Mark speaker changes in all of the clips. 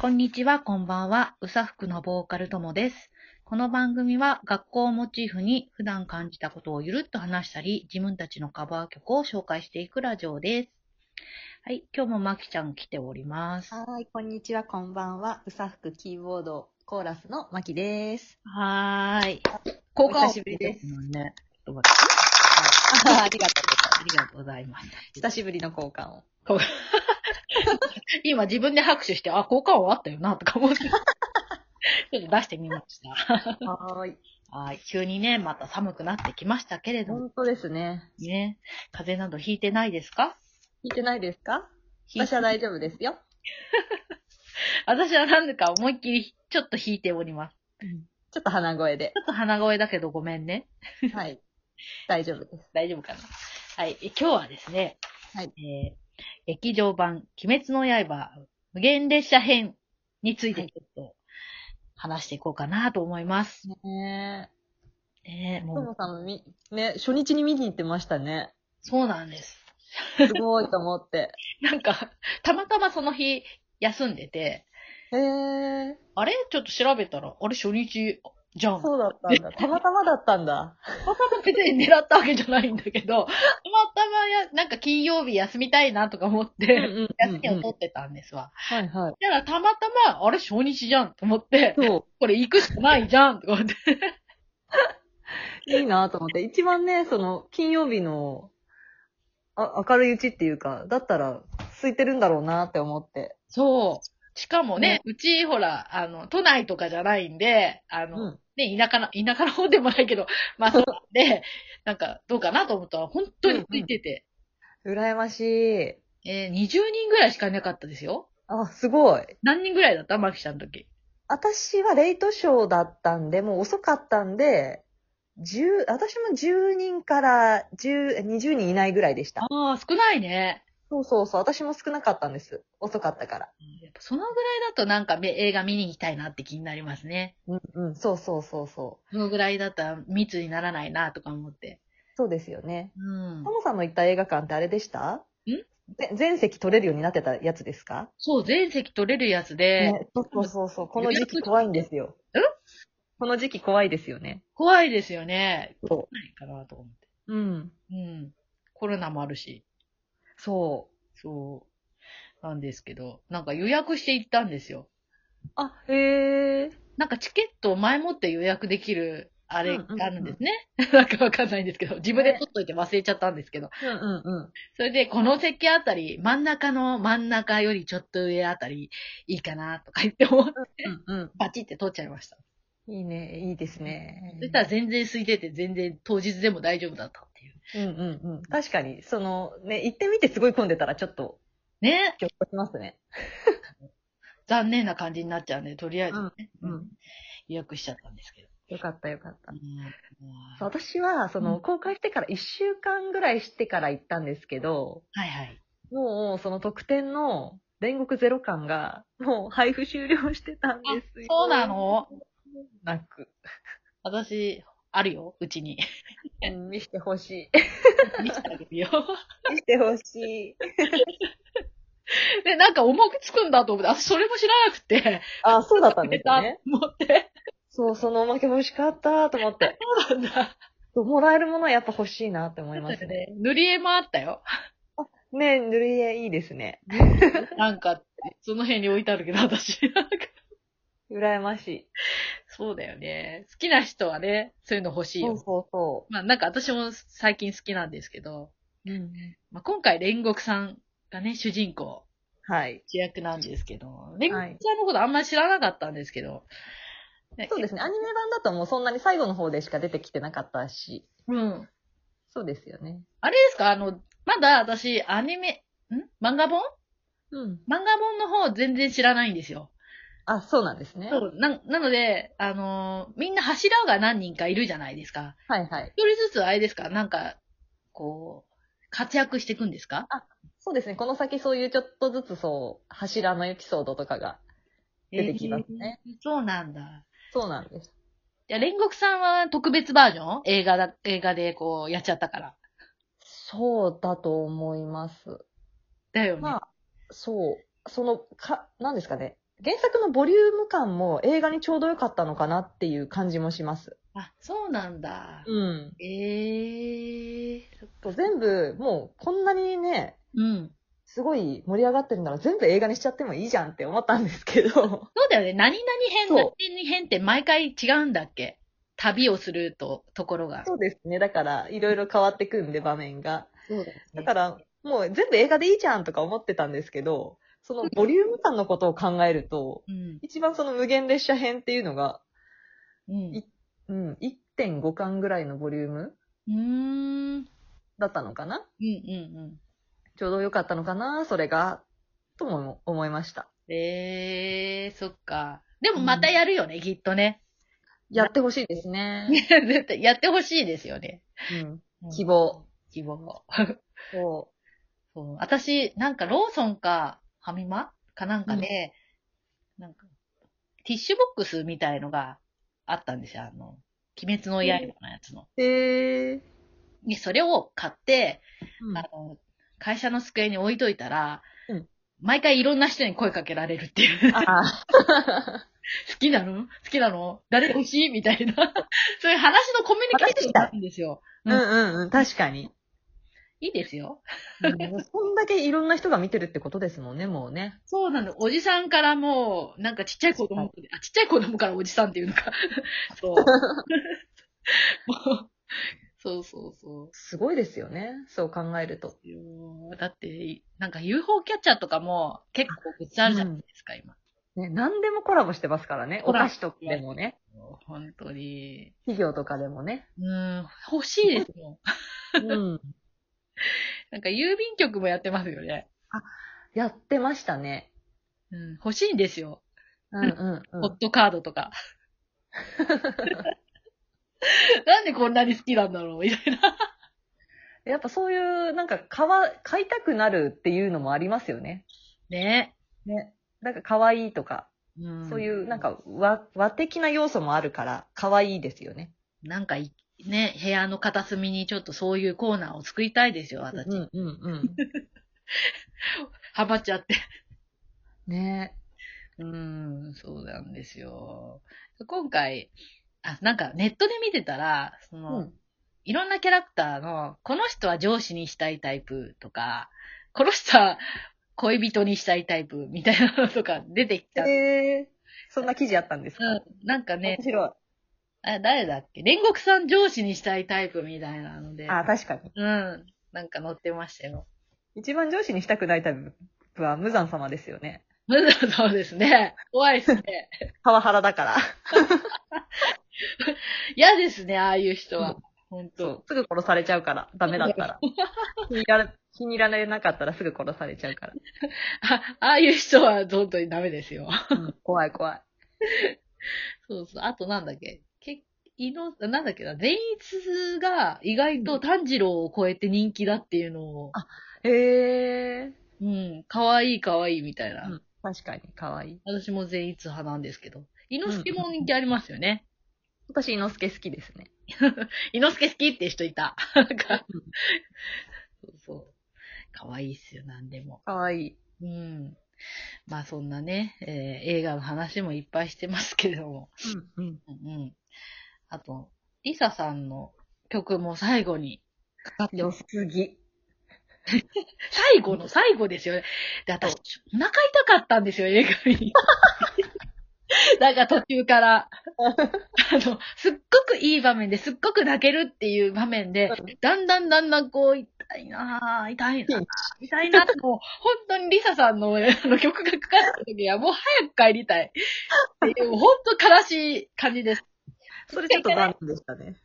Speaker 1: こんにちは、こんばんは。うさふくのボーカルともです。この番組は学校をモチーフに普段感じたことをゆるっと話したり、自分たちのカバー曲を紹介していくラジオです。はい、今日もまきちゃん来ております。
Speaker 2: はーい、こんにちは、こんばんは。うさふくキーボードコーラスのまきです。
Speaker 1: はーい。
Speaker 2: 交換お久しぶりです。
Speaker 1: ね、ちょっと待
Speaker 2: あありがとうございま
Speaker 1: って
Speaker 2: す。
Speaker 1: ありがとうございます。
Speaker 2: 久しぶりの交換を。
Speaker 1: 今自分で拍手して、あ、効果音あったよな、とか思って。ち ょっと出してみました。
Speaker 2: はーい。
Speaker 1: はい。急にね、また寒くなってきましたけれども
Speaker 2: 本当ですね。
Speaker 1: ね、風邪などひいてないですか
Speaker 2: 聞いてないですか
Speaker 1: ひい
Speaker 2: 私は大丈夫ですよ。
Speaker 1: 私はなんだか思いっきりちょっと引いております。
Speaker 2: ちょっと鼻声で
Speaker 1: ち。ょっと鼻声だけどごめんね。
Speaker 2: はい。大丈夫です。
Speaker 1: 大丈夫かな。はい。え今日はですね、
Speaker 2: はい
Speaker 1: えー劇場版鬼滅の刃無限列車編についてちょっと話していこうかなと思います。
Speaker 2: ね
Speaker 1: ね
Speaker 2: え。
Speaker 1: も
Speaker 2: と
Speaker 1: う
Speaker 2: もさんもみ、ね、初日に見に行ってましたね。
Speaker 1: そうなんです。
Speaker 2: すごいと思って。
Speaker 1: なんか、たまたまその日休んでて、
Speaker 2: へえ。
Speaker 1: あれちょっと調べたら、あれ初日じゃん。
Speaker 2: そうだったんだ。たまたまだったんだ。
Speaker 1: 別に狙ったわけじゃないんだけど、たまたまや、なんか金曜日休みたいなとか思っ
Speaker 2: うん
Speaker 1: て、
Speaker 2: うん
Speaker 1: 休み
Speaker 2: う
Speaker 1: を
Speaker 2: ん
Speaker 1: 取ってたんですわ。
Speaker 2: はいはい。
Speaker 1: だからたまたま、あれ初日じゃんと思って、
Speaker 2: そう。
Speaker 1: これ行くしかないじゃんとか思って。
Speaker 2: いいなと思って。一番ね、その、金曜日の、あ、明るいうちっていうか、だったら、空いてるんだろうなって思って。
Speaker 1: そう。しかもね、うち、ほら、あの、都内とかじゃないんで、あ
Speaker 2: う
Speaker 1: の、
Speaker 2: ん。
Speaker 1: ね、田舎の、田舎の方でもないけ ど、まあそうなんで、なんか、どうかなと思ったら、本当に空いてて、
Speaker 2: 羨ましい。
Speaker 1: えー20人ぐらいしかいなかったですよ。
Speaker 2: あ、すごい。
Speaker 1: 何人ぐらいだったマキちゃんの時。
Speaker 2: 私はレイトショーだったんで、もう遅かったんで、10、私も10人から10、20人いないぐらいでした。
Speaker 1: ああ、少ないね。
Speaker 2: そうそうそう、私も少なかったんです。遅かったから。
Speaker 1: やっぱそのぐらいだとなんかめ映画見に行きたいなって気になりますね。
Speaker 2: うんうん、そうそうそうそう。
Speaker 1: そのぐらいだったら密にならないなとか思って。
Speaker 2: そうですよね。
Speaker 1: うん
Speaker 2: ト。モさんの行った映画館ってあれでした
Speaker 1: ん
Speaker 2: ぜ全席取れるようになってたやつですか
Speaker 1: そう、全席取れるやつで、
Speaker 2: ね、そうそうそうそう。この時期怖いんですよ。
Speaker 1: ん
Speaker 2: この時期怖いですよね。
Speaker 1: 怖いですよね。
Speaker 2: そ
Speaker 1: ないかなと思って。
Speaker 2: う。うん。
Speaker 1: うん。コロナもあるし。
Speaker 2: そ
Speaker 1: そう。なんですけど、なんか予約して行ったんですよ。
Speaker 2: う。あ、へえ。
Speaker 1: なんかチケットを前もって予約できる、あれがあるんですね。 なんかわかんないんですけど、自分で取っといて忘れちゃったんですけど。
Speaker 2: うんうんうん。
Speaker 1: それで、この席あたり、真ん中の真ん中よりちょっと上あたり、いいかな、とか言っても、
Speaker 2: うん
Speaker 1: バチって取っちゃいました。
Speaker 2: うん。いいね、いいですね。
Speaker 1: そしたら全然空いてて、全然当日でも大丈夫だったっていう。
Speaker 2: うんうんうん。確かに、その、ね、行ってみてすごい混んでたらちょっと、
Speaker 1: ね
Speaker 2: ぎょっとしますね。
Speaker 1: 残念な感じになっちゃうんで、とりあえずね、
Speaker 2: うん
Speaker 1: うん予約しちゃったんですけど。
Speaker 2: よかったよかった
Speaker 1: う。ん
Speaker 2: そう私は、その、公開してから1週間ぐらいしてから行ったんですけど、
Speaker 1: はいはい。
Speaker 2: もう、その特典の、煉獄ゼロ感が、もう配布終了してたんですよ。
Speaker 1: そうなの
Speaker 2: なく。
Speaker 1: 私、あるよ、うちに。
Speaker 2: うん見してほしい。
Speaker 1: 見せてあげるよ。
Speaker 2: 見てほしい。
Speaker 1: で、なんか重くつくんだと思って、あ、それも知らなくて、
Speaker 2: あ、そうだったん
Speaker 1: 出
Speaker 2: です
Speaker 1: たと
Speaker 2: よね。
Speaker 1: 思って。
Speaker 2: そう、そのおまけも欲しかったと思って。
Speaker 1: そうなんだ。
Speaker 2: そうもらえるものはやっぱ欲しいなって思いますね。
Speaker 1: 塗り絵もあったよ。
Speaker 2: ね塗り絵いいですね。
Speaker 1: なんか、その辺に置いてあるけど、私。 なんか
Speaker 2: 羨まし
Speaker 1: そうだよね。好きな人はね、そういうの欲し
Speaker 2: い。
Speaker 1: い
Speaker 2: そ
Speaker 1: よ
Speaker 2: う。そうそ
Speaker 1: まあ、なんか私も最近好きなんですけど、
Speaker 2: う。
Speaker 1: まあ、今回煉獄さんがね、主人公、
Speaker 2: はい。
Speaker 1: 主役なんですけど、煉獄さんのことあんまり知らなかったんですけど、ね
Speaker 2: そうですね。アニメ版だともうそんなに最後の方でしか出てきてなかったし。
Speaker 1: うん。
Speaker 2: そうですよね。
Speaker 1: あれですかあの、まだ私、アニメ、ん漫画本
Speaker 2: うん。
Speaker 1: 漫画本の方全然知らないんですよ。
Speaker 2: あ、そうなんですね。
Speaker 1: そう。な、なので、あのーみんな柱が何人かいるじゃないですか。
Speaker 2: はいはい。
Speaker 1: 一人ずつあれですかなんか、こう、活躍していくんですか
Speaker 2: そうですね。この先そういうちょっとずつそう、柱のエピソードとかが出てきますね。
Speaker 1: えーそうなんだ。
Speaker 2: そうなんです。
Speaker 1: じゃあ、煉獄さんは特別バージョン映画だ、映画でこう、やっちゃったから。
Speaker 2: そうだと思います。
Speaker 1: だよね。
Speaker 2: まあ、そう。その、か、なんですかね。原作のボリューム感も映画にちょうど良かったのかなっていう感じもします。
Speaker 1: あ、そうなんだ。
Speaker 2: うん。
Speaker 1: ええそっか
Speaker 2: 全部、もうこんなにね、
Speaker 1: うん。、
Speaker 2: すごい盛り上がってるなら全部映画にしちゃってもいいじゃんって思ったんですけ ど
Speaker 1: そうだよね。何々編、
Speaker 2: そう
Speaker 1: 何々編って毎回違うんだっけ旅をすると、ところが。
Speaker 2: そうですね。だから、いろいろ変わってくんで、場面が。
Speaker 1: そうだよね
Speaker 2: だから、もう全部映画でいいじゃんとか思ってたんですけど、そのボリューム感のことを考えると、
Speaker 1: うん。
Speaker 2: 一番その無限列車編っていうのが、
Speaker 1: うん。う
Speaker 2: いうん、1.5巻ぐらいのボリューム
Speaker 1: ーん。うん
Speaker 2: だったのかな
Speaker 1: うん
Speaker 2: ちょうど良かったのかなそれが、とも思いました。
Speaker 1: うん。ええそっか。でもまたやるよね、きっとね。
Speaker 2: やってほしいですね。
Speaker 1: 絶対やってほしいですよね。
Speaker 2: うん、
Speaker 1: うん
Speaker 2: 希。望。
Speaker 1: 希望。
Speaker 2: そ
Speaker 1: そう。私、なんかローソンか、ファミマかなんかで、なんか、ティッシュボックスみたいのがあったんですよ。あの、鬼滅の刃のやつの。
Speaker 2: う。へえ。
Speaker 1: で、それを買って、
Speaker 2: うん
Speaker 1: あの、会社の机に置いといたら、
Speaker 2: うん
Speaker 1: 毎回いろんな人に声かけられるっていう。 好
Speaker 2: ああ。
Speaker 1: きなの好きなの誰欲しいみたいな。そういう話のコミュニケーションなんですよ。
Speaker 2: うんうんうん、確かに。
Speaker 1: いいですよ。
Speaker 2: うんそんだけいろんな人が見てるってことですもんね、もうね。
Speaker 1: そうなの。おじさんからもう、なんかちっちゃい子供、あ、ちっちゃい子供からおじさんっていうの か。そう。もうそうそうそ
Speaker 2: すごいですよね、そう考えると。
Speaker 1: ういやー。だって、なんか UFO キャッチャーとかも結構グッズあるじゃないですか、今。
Speaker 2: ね、何でもコラボしてますからね。
Speaker 1: コ
Speaker 2: お
Speaker 1: ラボ
Speaker 2: 菓子とかでもね。
Speaker 1: 本当に。
Speaker 2: 企業とかでもね。
Speaker 1: うん、欲しいですもん。
Speaker 2: うん。
Speaker 1: なんか郵便局もやってますよね。
Speaker 2: やってましたね。
Speaker 1: うん、欲しいんですよ。
Speaker 2: うんうんう
Speaker 1: ホ
Speaker 2: ん
Speaker 1: ッ。トカードと か。なんでこんなに好きなんだろうみたいな。
Speaker 2: やっぱそういう、なんか、かわ、買いたくなるっていうのもありますよね。
Speaker 1: ね。
Speaker 2: ね。なんか、可愛いとか、
Speaker 1: うん
Speaker 2: そういう、なんか、和、和的な要素もあるから、可愛いですよね。
Speaker 1: なんかい、ね、部屋の片隅にちょっとそういうコーナーを作りたいですよ、
Speaker 2: う
Speaker 1: 私。
Speaker 2: んうんうん。
Speaker 1: ハマっちゃって。
Speaker 2: ね
Speaker 1: うん、そうなんですよ。今回、あ、なんかネットで見てたら、その、
Speaker 2: うん
Speaker 1: いろんなキャラクターの、この人は上司にしたいタイプとか、この人は恋人にしたいタイプみたいなのとか出てきた。
Speaker 2: えそんな記事あったんですか、
Speaker 1: うん、なんかね
Speaker 2: 面、白い。
Speaker 1: あ誰だっけ煉獄さん上司にしたいタイプみたいなので、
Speaker 2: あ、確かに。
Speaker 1: うん、なんか載ってましたよ。
Speaker 2: 一番上司にしたくないタイプは無惨様ですよね。
Speaker 1: むず そうですね。怖いですね。
Speaker 2: パワハラだから。
Speaker 1: 嫌ですね、ああいう人は。本
Speaker 2: そ
Speaker 1: 当
Speaker 2: う。すぐ殺されちゃうから、ダメだった ら。気に入ら気に入られなかったらすぐ殺されちゃう から。
Speaker 1: あああいう人は本当にダメですよ。
Speaker 2: うん怖い怖い。
Speaker 1: そうそう。あとなんだっけけいの、なんだっけな、善逸が意外と炭治郎を超えて人気だっていうのを、
Speaker 2: へえ。
Speaker 1: うん、可愛い可愛いみたいな。
Speaker 2: うん確かに、可愛い。
Speaker 1: 私も善逸派なんですけど。伊之助も人気ありますよね。
Speaker 2: 私、伊之助好きですね。
Speaker 1: 伊之助好きって人いた。なんか、そうそう。可愛いっすよ、なんでも。
Speaker 2: 可愛い。
Speaker 1: うん。まあそんなね、えー映画の話もいっぱいしてますけれども。
Speaker 2: うん、うん。
Speaker 1: うんうん。あと、リサさんの曲も最後にかかって
Speaker 2: 良すぎ。
Speaker 1: 最後の最後ですよね。で、私、お腹痛かったんですよ、映画見 に。なんか途中 から。あの、すっごくいい場面ですっごく泣けるっていう場面で、だんだんだんだんこう、痛いなぁ、痛いなぁ、痛いなぁ、もう、本当にリサさんのあの曲がかかった時は、もう早く帰りたい。って いう、本当悲しい感じです。
Speaker 2: それちょっと残念でしたね。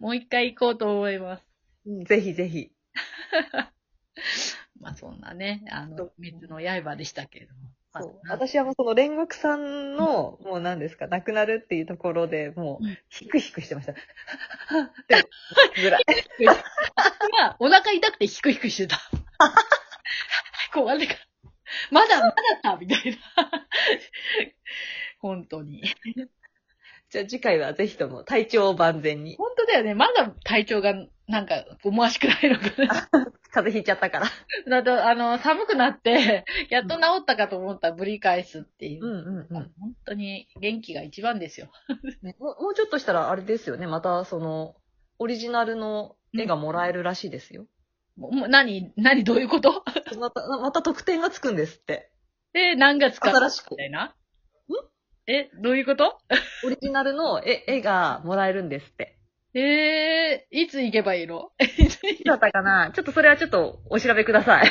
Speaker 1: もう一回行こうと思います。
Speaker 2: うんぜひぜひ。
Speaker 1: まあそんなね、あの、別の刃でしたけれども。まあ
Speaker 2: そう私はもうその煉獄さんの、もう何ですか、亡くなるっていうところで、もう
Speaker 1: うん、
Speaker 2: ヒクヒクしてま した。ってぐらい。
Speaker 1: が、お腹痛くてヒクヒクしてた。 こう、あれか。まだ、まだか、みたいな。本当に。
Speaker 2: じゃあ次回はぜひとも体調を万全に。
Speaker 1: 本当だよね。まだ体調が治なんか、思わしくないのかな。
Speaker 2: 風邪ひいちゃったから。
Speaker 1: だと、あの、寒くなって、やっと治ったかと思ったらぶり返すっていうう。
Speaker 2: んうんうん。
Speaker 1: 本当に元気が一番ですよ。
Speaker 2: ね、もうもうちょっとしたらあれですよね。また、その、オリジナルの絵がもらえるらしいですよ。
Speaker 1: もうもう何、何、どういうこと
Speaker 2: また、また特典がつくんですって。
Speaker 1: で、何月か、
Speaker 2: 新しく
Speaker 1: みたいな。え、どういうこと
Speaker 2: オリジナルの絵絵がもらえるんですって。
Speaker 1: えー、いつ行けばいいの
Speaker 2: いつだったかなちょっとそれはちょっとお調べください。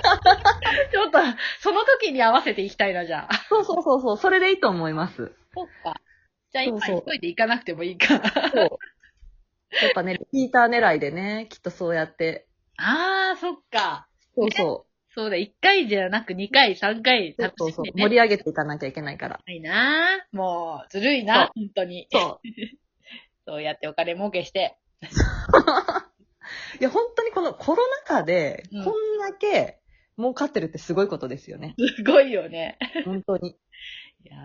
Speaker 1: ちょっと、その時に合わせて行きたいな、じゃあ。
Speaker 2: そうそうそうそう、それでいいと思います。
Speaker 1: そっか。じゃあ
Speaker 2: そう
Speaker 1: 今
Speaker 2: そう
Speaker 1: 一人で行かなくてもいいか。
Speaker 2: そう。やっぱね、リピーター狙いでね、きっとそうやって。
Speaker 1: あー、そっか。
Speaker 2: そうそ
Speaker 1: そうだ、1回じゃなく2回、3回
Speaker 2: う。そう
Speaker 1: 楽
Speaker 2: そう
Speaker 1: し
Speaker 2: そ
Speaker 1: んで、
Speaker 2: う
Speaker 1: ね。
Speaker 2: 盛り上げていかなきゃいけないから。
Speaker 1: ないなぁもう、ずるい
Speaker 2: そ
Speaker 1: な、
Speaker 2: う
Speaker 1: 本当に。
Speaker 2: そう。
Speaker 1: そうやってお金儲けして。
Speaker 2: いや、本当にこのコロナ禍で、
Speaker 1: う
Speaker 2: こ
Speaker 1: ん
Speaker 2: んだけ儲かってるってすごいことですよね。
Speaker 1: すごいよね。
Speaker 2: 本当に。
Speaker 1: いや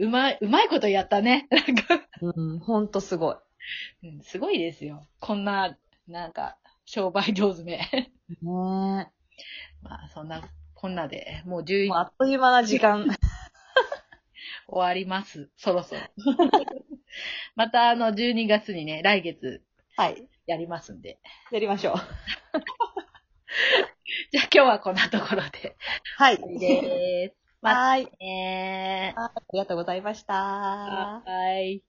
Speaker 1: ーうまい、うまいことやったね。なんか、
Speaker 2: うん、本当すごい。
Speaker 1: うん、すごいですよ。こんな、なんか、商売上手め。
Speaker 2: ね
Speaker 1: まあ、そんな、こんなで、もう
Speaker 2: え。
Speaker 1: 11
Speaker 2: もうあっという間な時間。
Speaker 1: 終わります。そろそろ。また、あの、12月にね、来月
Speaker 2: はい。
Speaker 1: やりますんで。
Speaker 2: やりましょう。
Speaker 1: じゃあ今日はこんなところで。
Speaker 2: は い。
Speaker 1: 終わりです。ま
Speaker 2: はい。
Speaker 1: たね
Speaker 2: ありがとうございました。
Speaker 1: ー。はい。